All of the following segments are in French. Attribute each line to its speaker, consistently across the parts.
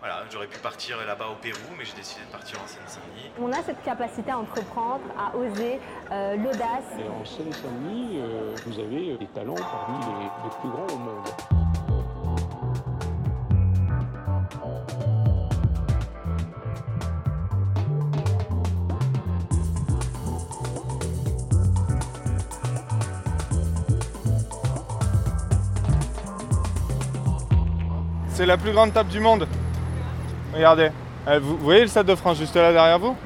Speaker 1: Voilà, j'aurais pu partir là-bas au Pérou, mais j'ai décidé de partir en Seine-Saint-Denis.
Speaker 2: On a cette capacité à entreprendre, à oser, euh, l'audace.
Speaker 3: Et en Seine-Saint-Denis, euh, vous avez des talents parmi les, les plus grands au monde.
Speaker 4: C'est la plus grande table du monde. Regardez. Euh, Vous vous voyez le Stade de France juste là derrière vous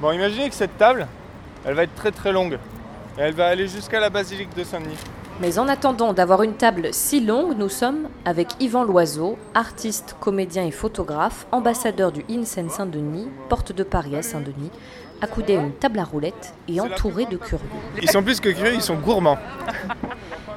Speaker 4: Bon, imaginez que cette table, elle va être très très longue. Et elle va aller jusqu'à la basilique de Saint-Denis.
Speaker 5: Mais en attendant d'avoir une table si longue, nous sommes avec Yvan Loiseau, artiste, comédien et photographe, ambassadeur du INSEN Saint-Denis, porte de Paris à Saint-Denis, accoudé à une table à roulettes et entouré de curieux.
Speaker 4: Ils sont plus que curieux, ils sont gourmands.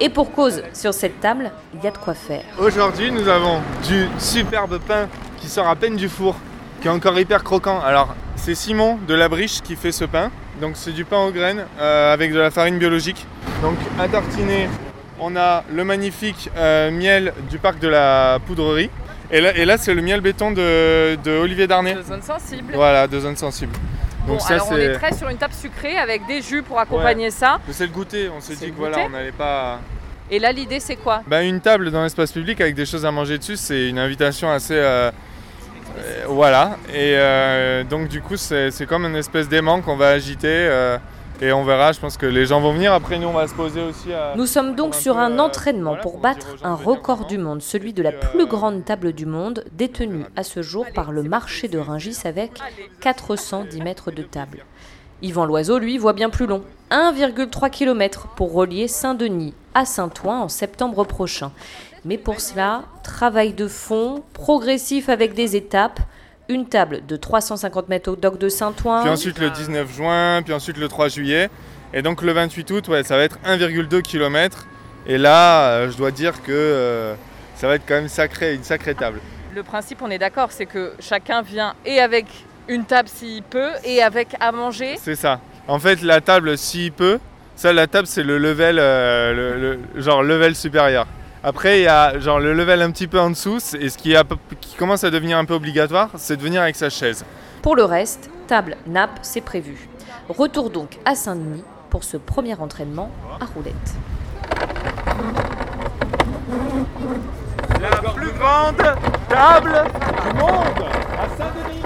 Speaker 5: Et pour cause, sur cette table, il y a de quoi faire.
Speaker 4: Aujourd'hui, nous avons du superbe pain qui sort à peine du four, qui est encore hyper croquant. Alors, c'est Simon de La Briche qui fait ce pain. Donc, c'est du pain aux graines euh, avec de la farine biologique. Donc, à tartiner, on a le magnifique euh, miel du parc de la poudrerie. Et là, et là, c'est le miel béton de, de Olivier Darnay.
Speaker 6: de zone sensible.
Speaker 4: Voilà, de zone sensible.
Speaker 6: Bon,
Speaker 4: Donc, ça,
Speaker 6: alors on
Speaker 4: c'est.
Speaker 6: est très sur une table sucrée avec des jus pour accompagner ça.
Speaker 4: Mais c'est le goûter, on s'est
Speaker 6: C'est
Speaker 4: dit
Speaker 6: le
Speaker 4: que voilà,
Speaker 6: goûter.
Speaker 4: on n'allait pas.
Speaker 6: Et là, l'idée, c'est quoi
Speaker 4: Bah, une table dans l'espace public avec des choses à manger dessus, c'est une invitation assez. euh, euh, voilà. Et euh, donc, du coup, c'est c'est comme une espèce d'aimant qu'on va agiter. euh, et on verra, je pense que les gens vont venir. Après, nous, on va se poser aussi à.
Speaker 5: Nous sommes donc
Speaker 4: Un peu,
Speaker 5: sur un
Speaker 4: euh,
Speaker 5: entraînement
Speaker 4: voilà,
Speaker 5: pour
Speaker 4: on
Speaker 5: battre
Speaker 4: dirait aux gens
Speaker 5: un
Speaker 4: de venir
Speaker 5: record
Speaker 4: maintenant.
Speaker 5: du monde, celui de
Speaker 4: Et
Speaker 5: la
Speaker 4: puis,
Speaker 5: plus
Speaker 4: euh,
Speaker 5: grande table du monde, détenue à ce jour par le marché de Ringis avec 410 mètres de table. Yvan Loiseau, lui, voit bien plus long. 1,3 km pour relier Saint-Denis à Saint-Ouen en septembre prochain. Mais pour cela, travail de fond, progressif avec des étapes, une table de 350 mètres au dock de
Speaker 4: Puis
Speaker 5: Saint-Ouen,
Speaker 4: ensuite le 19 juin, puis ensuite le 3 juillet. Et donc le 28 août, ouais, ça va être 1,2 km. Et là, euh, je dois dire que euh, ça va être quand même sacré, une sacrée table.
Speaker 6: Le principe, on est d'accord, c'est que chacun vient et avec une table s'il peut et avec à manger.
Speaker 4: C'est ça. En fait, la table, si peut, ça, la table, c'est le level, euh, le, le- genre level supérieur. Après, il y a genre le level un petit peu en dessous, c'est- et ce qui, est à peu- qui commence à devenir un peu obligatoire, c'est de venir avec sa chaise.
Speaker 5: Pour le reste, table, nappe, c'est prévu. Retour donc à Saint-Denis pour ce premier entraînement à roulette.
Speaker 4: La plus grande table du monde à Saint-Denis.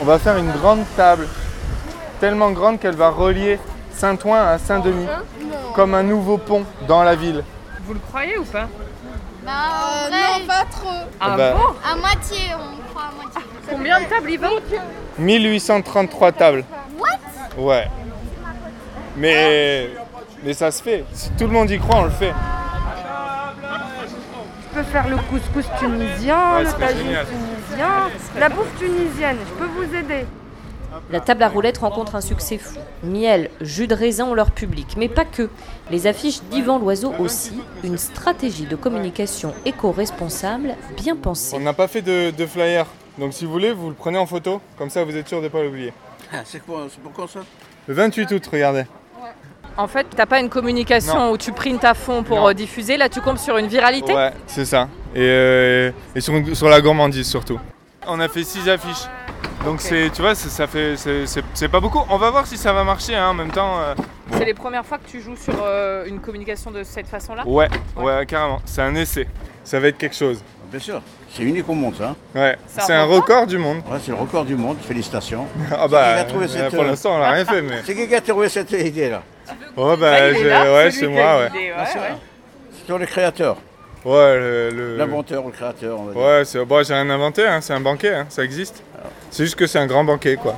Speaker 4: On va faire une grande table, tellement grande qu'elle va relier Saint-Ouen à Saint-Denis, comme un nouveau pont dans la ville.
Speaker 6: Vous le croyez ou pas
Speaker 7: Bah, euh, non, pas trop.
Speaker 6: Ah
Speaker 4: bah.
Speaker 6: bon
Speaker 7: À moitié, on croit à moitié.
Speaker 6: Combien de tables, Yvan
Speaker 4: 1833 tables. ouais. Mais, mais ça se fait. Si tout le monde y croit, on le fait.
Speaker 8: Je peux faire le couscous tunisien,
Speaker 4: Ouais,
Speaker 8: le
Speaker 4: ce serait
Speaker 8: tagine
Speaker 4: génial.
Speaker 8: tunisien, la bouffe tunisienne. Je peux vous aider.
Speaker 5: La table à roulettes rencontre un succès fou. Miel, jus de raisin ont leur public, mais pas que. Les affiches d'Yvan Loiseau aussi, une stratégie de communication éco-responsable bien
Speaker 4: On
Speaker 5: pensée.
Speaker 4: n'a pas fait de, de flyer. Donc si vous voulez, vous le prenez en photo. Comme ça, vous êtes sûr de ne pas l'oublier.
Speaker 9: Ah, C'est pour, c'est pour quand ça
Speaker 4: Le 28 août, regardez.
Speaker 6: En fait, t'as pas une communication
Speaker 4: Non.
Speaker 6: où tu printes à fond pour
Speaker 4: Non.
Speaker 6: euh, diffuser. Là, tu comptes sur une viralité.
Speaker 4: Ouais, c'est ça. Et, euh, et sur, sur la gourmandise surtout. On a fait 6 affiches. Donc c'est, tu vois, c'est- ça fait, c'est- c'est c'est pas beaucoup. On va voir si ça va marcher hein, en même temps. euh,
Speaker 6: C'est les premières fois que tu joues sur euh, une communication de cette façon-là.
Speaker 4: ouais, ouais, carrément. C'est un essai. Ça va être quelque chose.
Speaker 9: Bien sûr, c'est unique au monde ça.
Speaker 4: Ouais,
Speaker 6: C'est un
Speaker 4: c'est un
Speaker 6: record
Speaker 4: record du monde.
Speaker 9: Ouais, c'est le record du monde, félicitations.
Speaker 4: Ah bah,
Speaker 9: Il a trouvé
Speaker 4: euh,
Speaker 9: cette,
Speaker 4: pour
Speaker 9: euh,
Speaker 4: l'instant, on l'a rien fait, mais.
Speaker 9: C'est qui qui a trouvé cette idée là
Speaker 4: Oh
Speaker 6: Ah,
Speaker 4: bah,
Speaker 6: il est
Speaker 4: je-
Speaker 6: là,
Speaker 4: ouais,
Speaker 6: c'est
Speaker 4: c'est
Speaker 6: lui qui a
Speaker 4: moi, ouais.
Speaker 6: l'idée,
Speaker 9: Ah, c'est
Speaker 6: ouais.
Speaker 9: vrai C'est toi le créateur,
Speaker 4: Ouais, le. le-
Speaker 9: l'inventeur ou le créateur on va dire.
Speaker 4: Ouais, c'est- bon, j'ai rien inventé, hein, c'est un banquet, hein, ça existe. C'est juste que c'est un grand banquet, quoi.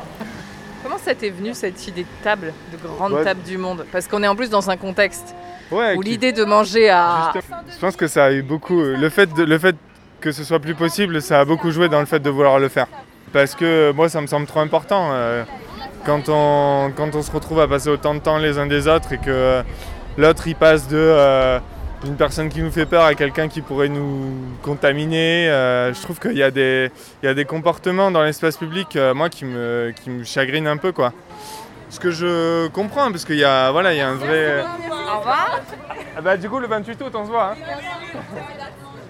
Speaker 6: Comment ça t'est venu cette idée de table, de grande
Speaker 4: Ouais.
Speaker 6: table du monde Parce qu'on est en plus dans un contexte
Speaker 4: Ouais,
Speaker 6: où
Speaker 4: qui-
Speaker 6: l'idée de manger à.
Speaker 4: justement, je pense que ça a eu beaucoup. euh, Le fait, de- le fait que ce soit plus possible, ça a beaucoup joué dans le fait de vouloir le faire. Parce que euh, moi, ça me semble trop important. euh, quand, on, quand on se retrouve à passer autant de temps les uns des autres et que euh, l'autre il passe de euh, une personne qui nous fait peur à quelqu'un qui pourrait nous contaminer, euh, je trouve qu'il y, a des- il y a des comportements dans l'espace public, euh, moi, qui me, qui me chagrinent un peu. quoi. Ce que je comprends, parce qu'il y a, voilà, il y a un vrai.
Speaker 6: Au revoir.
Speaker 4: Ah bah, du coup, le 28 août, on se voit. hein.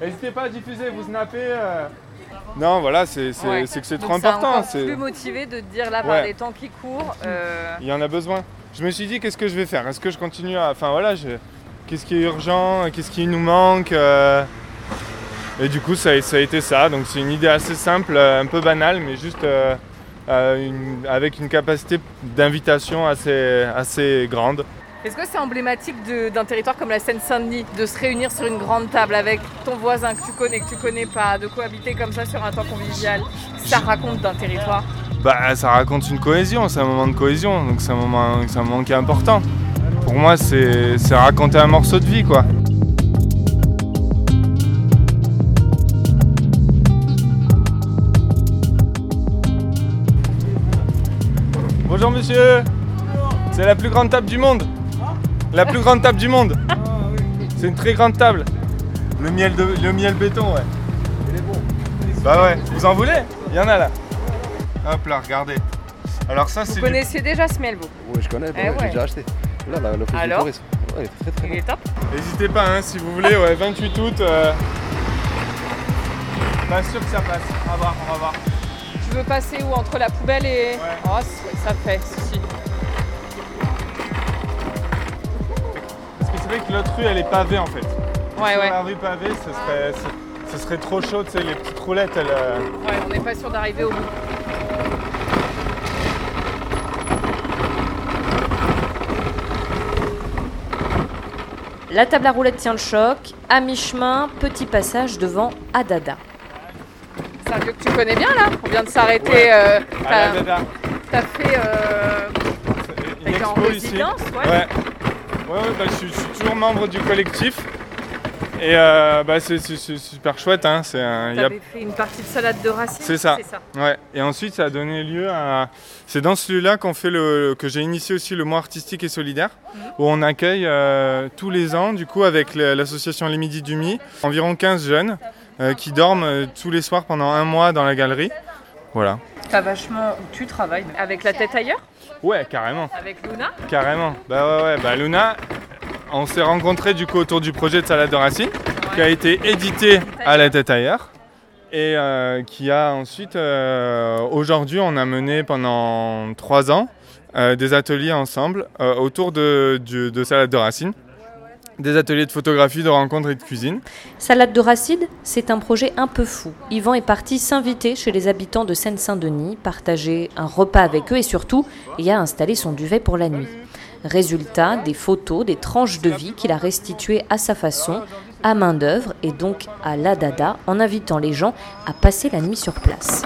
Speaker 4: N'hésitez pas à diffuser, vous snappez. euh. Non, voilà, c'est c'est-
Speaker 6: Ouais.
Speaker 4: c'est que c'est
Speaker 6: Donc
Speaker 4: trop
Speaker 6: ça a
Speaker 4: important.
Speaker 6: encore
Speaker 4: c'est-
Speaker 6: plus motivé de te dire là,
Speaker 4: Ouais.
Speaker 6: par les temps qui courent. euh,
Speaker 4: Il y en a besoin. Je me suis dit, qu'est-ce que je vais faire Est-ce que je continue à. Enfin voilà, je- qu'est-ce qui est urgent Qu'est-ce qui nous manque euh, Et du coup, ça, a- ça a été ça. Donc c'est une idée assez simple, euh, un peu banale, mais juste euh, euh, une- avec une capacité d'invitation assez, assez grande.
Speaker 6: Est-ce que c'est emblématique de- d'un territoire comme la Seine-Saint-Denis de se réunir sur une grande table avec ton voisin que tu connais, que tu connais pas, de cohabiter comme ça sur un temps convivial Ça raconte d'un territoire.
Speaker 4: Bah, ça raconte une cohésion, c'est un moment de cohésion, donc c'est un moment, c'est un moment qui est important. Pour moi, c'est c'est raconter un morceau de vie, quoi. Bonjour monsieur C'est la plus grande table du monde La plus grande table du monde C'est une très grande table Ah, Le miel, de, le miel béton, ouais. Bah ouais, vous en voulez Il y en a là. Hop là, regardez. Alors ça,
Speaker 6: Vous
Speaker 4: c'est du
Speaker 6: connaissez déjà ce Melbo
Speaker 10: Oui, je connais,
Speaker 6: Eh
Speaker 10: ouais, j'ai
Speaker 6: ouais.
Speaker 10: déjà acheté. Là, la- l'office du
Speaker 6: Alors
Speaker 10: tourisme. Ouais, il est très très
Speaker 6: Il
Speaker 10: bon.
Speaker 6: est top.
Speaker 4: N'hésitez pas, hein, si vous voulez, ouais, 28 août. euh, Pas sûr que ça passe. On va voir, on va voir.
Speaker 6: Tu veux passer où Entre la poubelle et.
Speaker 4: Ouais.
Speaker 6: Oh, si, ça fait, si, si.
Speaker 4: Parce que c'est vrai que l'autre rue, elle est pavée en fait. Sur
Speaker 6: Ouais, Eh ouais.
Speaker 4: La rue pavée, ce serait, ce- ce serait trop chaud, tu sais, les petites roulettes, elles. euh,
Speaker 6: Ouais, on n'est pas sûr d'arriver au bout.
Speaker 5: La table à roulettes tient le choc. À mi-chemin, petit passage devant Adada.
Speaker 6: C'est un lieu que tu connais bien là On vient de s'arrêter.
Speaker 4: Ouais.
Speaker 6: euh,
Speaker 4: à la
Speaker 6: t'as-
Speaker 4: dada.
Speaker 6: T'as fait. euh,
Speaker 4: C'est Une
Speaker 6: t'as été en
Speaker 4: expo ici.
Speaker 6: résidence, ouais.
Speaker 4: Ouais. Ouais, ouais, bah, je, suis, je suis toujours membre du collectif. Et euh, bah, c'est c'est- c'est super chouette. Hein. C'est un- il y a-
Speaker 6: T'avais fait une partie de salade de racines.
Speaker 4: C'est ça.
Speaker 6: C'est ça.
Speaker 4: Ouais, et ensuite ça a donné lieu à. C'est dans celui-là qu'on fait le que j'ai initié aussi le mois artistique et solidaire, où on accueille euh, tous les ans, du coup, avec le- l'association Les Midi du Mi, environ 15 jeunes euh, qui dorment euh, tous les soirs pendant un mois dans la galerie. Voilà.
Speaker 6: T'as vachement. Tu travailles avec la tête ailleurs
Speaker 4: Ouais, carrément,
Speaker 6: Avec Luna
Speaker 4: carrément. Bah ouais, ouais. Bah Luna, on s'est rencontrés du coup autour du projet de Salade de Racine, qui a été édité à la tête ailleurs. Et euh, qui a ensuite, euh, aujourd'hui, on a mené pendant trois ans euh, des ateliers ensemble euh, autour de, du- de salade de racines, des ateliers de photographie, de rencontres et de cuisine.
Speaker 5: Salade de racines, c'est un projet un peu fou. Yvan est parti s'inviter chez les habitants de Seine-Saint-Denis, partager un repas avec eux et surtout y a installé son duvet pour la nuit. Résultat, des photos, des tranches de vie qu'il a restituées à sa façon, à main d'œuvre et donc à la dada, en invitant les gens à passer la nuit sur place.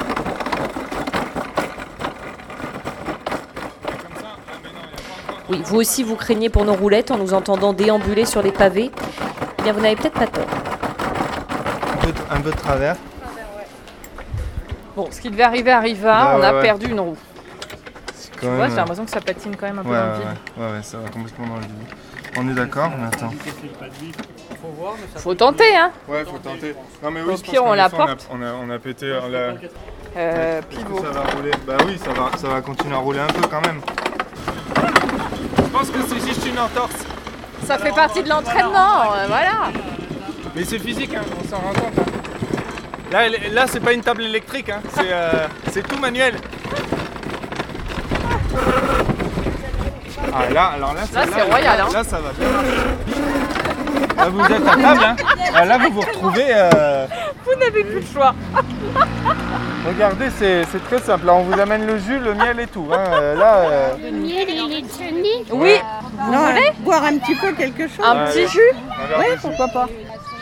Speaker 5: Oui, vous aussi vous craignez pour nos roulettes en nous entendant déambuler sur les pavés Eh bien, vous n'avez peut-être pas tort.
Speaker 4: Un peu, de travers.
Speaker 6: Bon, ce qui devait arriver arriva,
Speaker 4: Bah,
Speaker 6: on
Speaker 4: ouais,
Speaker 6: a
Speaker 4: ouais.
Speaker 6: perdu une roue.
Speaker 4: C'est euh,
Speaker 6: Tu vois, j'ai l'impression que ça patine quand même un peu
Speaker 4: Ouais,
Speaker 6: dans le vide.
Speaker 4: ouais, ouais, ouais, ça va complètement dans le vide. On est d'accord, mais attends.
Speaker 6: Faut tenter, hein
Speaker 4: Ouais, faut tenter. Non, mais
Speaker 6: Au je pense pire, on qu'en la effet, on a- porte.
Speaker 4: On a, pété.
Speaker 6: Euh,
Speaker 4: Est-ce
Speaker 6: Pivot.
Speaker 4: que ça va rouler Bah oui, ça va, ça va continuer à rouler un peu quand même. Je pense que c'est juste une entorse.
Speaker 6: Ça fait partie de l'entraînement, euh, voilà
Speaker 4: Mais c'est physique, hein, on s'en rend compte. hein. Là, elle- là c'est pas une table électrique, hein, c'est, euh, c'est tout manuel. Ah là, alors là, celle-là,
Speaker 6: c'est royal, hein.
Speaker 4: Là, ça va bien. Là, vous êtes à table, hein. Ah, Là, vous vous retrouvez. euh,
Speaker 6: Vous n'avez plus le choix
Speaker 4: Regardez, c'est, c'est très simple. Là, on vous amène le jus, le miel et tout. hein. Euh, Là, euh,
Speaker 7: Le miel, il est joli.
Speaker 6: Oui,
Speaker 8: Boire un petit peu quelque chose.
Speaker 6: un petit jus
Speaker 4: regardez ça.
Speaker 8: Pourquoi pas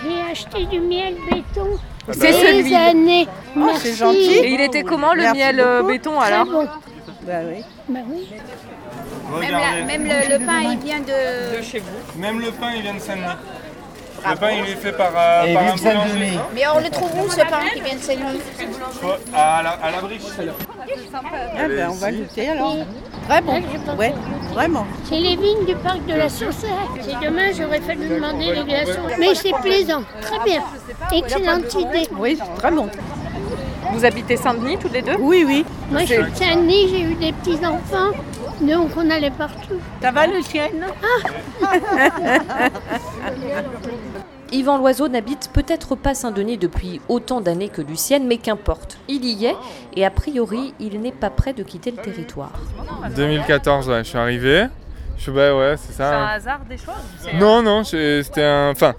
Speaker 7: J'ai acheté du miel béton.
Speaker 6: C'est celui
Speaker 7: Des années.
Speaker 8: c'est
Speaker 7: Merci.
Speaker 8: gentil.
Speaker 6: Et il était comment le
Speaker 8: Merci
Speaker 6: miel euh, béton alors
Speaker 7: Bon,
Speaker 8: Bah oui.
Speaker 7: bah oui.
Speaker 4: Regardez.
Speaker 7: Même le, pain, il vient de...
Speaker 6: De chez vous.
Speaker 4: Même le pain, il vient de Saint-Denis. le pain, il est fait par, euh, par un boulanger.
Speaker 7: Mais on le trouve où, ce pain qui vient de Saint-Denis
Speaker 4: Oh, À la, à la briche.
Speaker 8: Ah ben, on va goûter alors.
Speaker 7: Ouais.
Speaker 8: Vraiment.
Speaker 7: C'est les vignes du parc de la Saucette. Si demain, j'aurais fallu demander les glaçons. Mais c'est plaisant. Très bien. Excellente idée.
Speaker 8: Oui, très bon.
Speaker 6: Vous habitez Saint-Denis tous les deux
Speaker 8: Oui, oui.
Speaker 7: Moi, je suis de Saint-Denis, j'ai eu des petits-enfants. Donc on allait partout.
Speaker 6: Ça va le chien
Speaker 5: Yvan Loiseau n'habite peut-être pas Saint-Denis depuis autant d'années que Lucienne, mais qu'importe. Il y est et a priori, il n'est pas prêt de quitter le territoire.
Speaker 4: 2014, ouais, je suis arrivé. Je suis, bah ouais, c'est
Speaker 6: C'est
Speaker 4: ça.
Speaker 6: un hasard des choses c'est-
Speaker 4: Non, non, j'ai- c'était un. Enfin,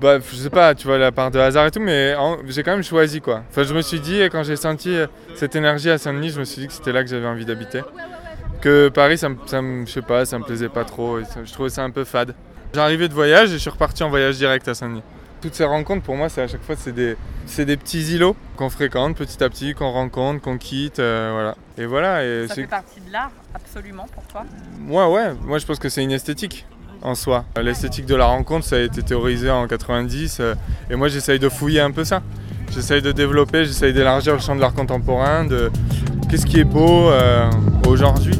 Speaker 4: bah, je sais pas, tu vois, la part de hasard et tout, mais en- j'ai quand même choisi quoi. Enfin, je me suis dit, et quand j'ai senti euh, cette énergie à Saint-Denis, je me suis dit que c'était là que j'avais envie d'habiter. Que Paris, ça me, ça me- je sais pas, ça me plaisait pas trop, et ça- je trouvais ça un peu fade. J'arrivais de voyage et je suis reparti en voyage direct à Saint-Denis. Toutes ces rencontres, pour moi, c'est à chaque fois, c'est des, c'est des petits îlots qu'on fréquente petit à petit, qu'on rencontre, qu'on quitte, euh, voilà. Et voilà, et
Speaker 6: Ça
Speaker 4: Euh, c'est-
Speaker 6: fait partie de l'art, absolument, pour toi.
Speaker 4: moi, ouais, moi je pense que c'est une esthétique en soi. L'esthétique de la rencontre, ça a été théorisé en 90, euh, et moi j'essaye de fouiller un peu ça. J'essaye de développer, j'essaye d'élargir le champ de l'art contemporain, de qu'est-ce qui est beau euh, aujourd'hui.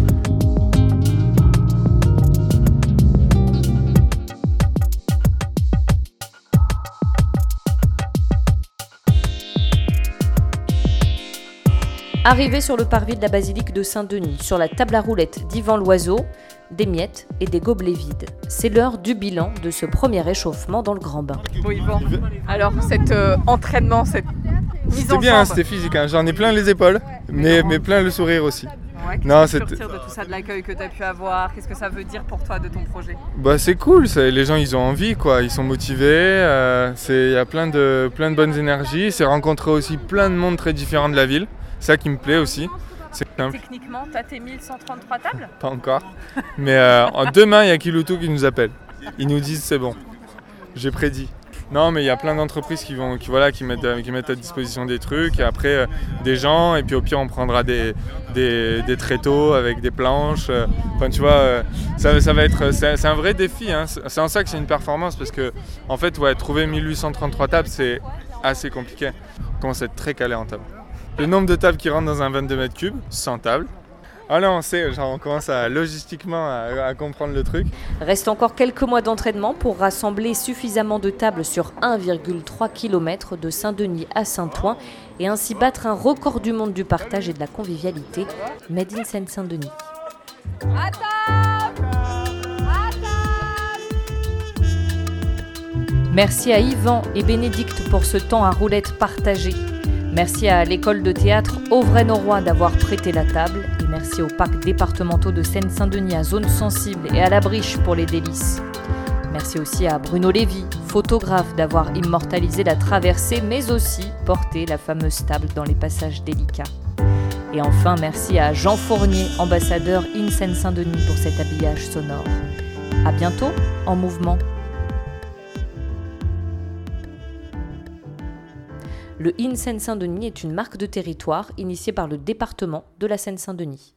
Speaker 5: Arrivé sur le parvis de la basilique de Saint-Denis, sur la table à roulettes d'Yvan Loiseau, des miettes et des gobelets vides. C'est l'heure du bilan de ce premier échauffement dans le grand bain.
Speaker 6: Bon, Yvan, alors cet euh, entraînement, cette mise
Speaker 4: C'était
Speaker 6: en
Speaker 4: bien,
Speaker 6: jambe.
Speaker 4: c'était physique, hein. j'en ai plein les épaules, mais, mais plein le sourire aussi.
Speaker 6: Ouais,
Speaker 4: Non,
Speaker 6: qu'est-ce que tu
Speaker 4: c'était-
Speaker 6: retires de tout ça, de l'accueil que tu as pu avoir Qu'est-ce que ça veut dire pour toi de ton projet
Speaker 4: Bah c'est cool, ça- les gens ils ont envie quoi, ils sont motivés, euh, c'est- il y a plein de, plein de bonnes énergies, c'est rencontrer aussi plein de monde très différent de la ville, ça qui me plaît aussi, c'est simple.
Speaker 6: Techniquement, tu as tes 1133 tables
Speaker 4: Pas encore. Mais euh, en- demain, il y a Kiloutou qui nous appelle. Ils nous disent c'est bon. J'ai prédit. Non, mais il y a plein d'entreprises qui vont, qui, voilà, qui, mettent, euh, qui mettent à disposition des trucs, et après euh, des gens, et puis au pire on prendra des, des, des tréteaux avec des planches. euh. Enfin, tu vois, euh, ça, ça va être, euh, c'est c'est un vrai défi. hein. C'est c'est en ça que c'est une performance parce que, en fait, ouais, trouver 1833 tables, c'est assez compliqué. On commence à être très calé en table. Le nombre de tables qui rentrent dans un 22 mètres cubes, 100 tables. Ah là, on sait, genre on commence à logistiquement à, à comprendre le truc.
Speaker 5: Reste encore quelques mois d'entraînement pour rassembler suffisamment de tables sur 1,3 km de Saint-Denis à Saint-Ouen et ainsi battre un record du monde du partage et de la convivialité, Made in Seine-Saint-Denis. Merci à Yvan et Bénédicte pour ce temps à roulettes partagé. Merci à l'école de théâtre Auvray-Noroy d'avoir prêté la table et merci aux parcs départementaux de Seine-Saint-Denis à Zone Sensible et à La Briche pour les délices. Merci aussi à Bruno Lévy, photographe, d'avoir immortalisé la traversée mais aussi porté la fameuse table dans les passages délicats. Et enfin, merci à Jean Fournier, ambassadeur in Seine-Saint-Denis pour cet habillage sonore. À bientôt en mouvement. Le In Seine-Saint-Denis est une marque de territoire initiée par le département de la Seine-Saint-Denis.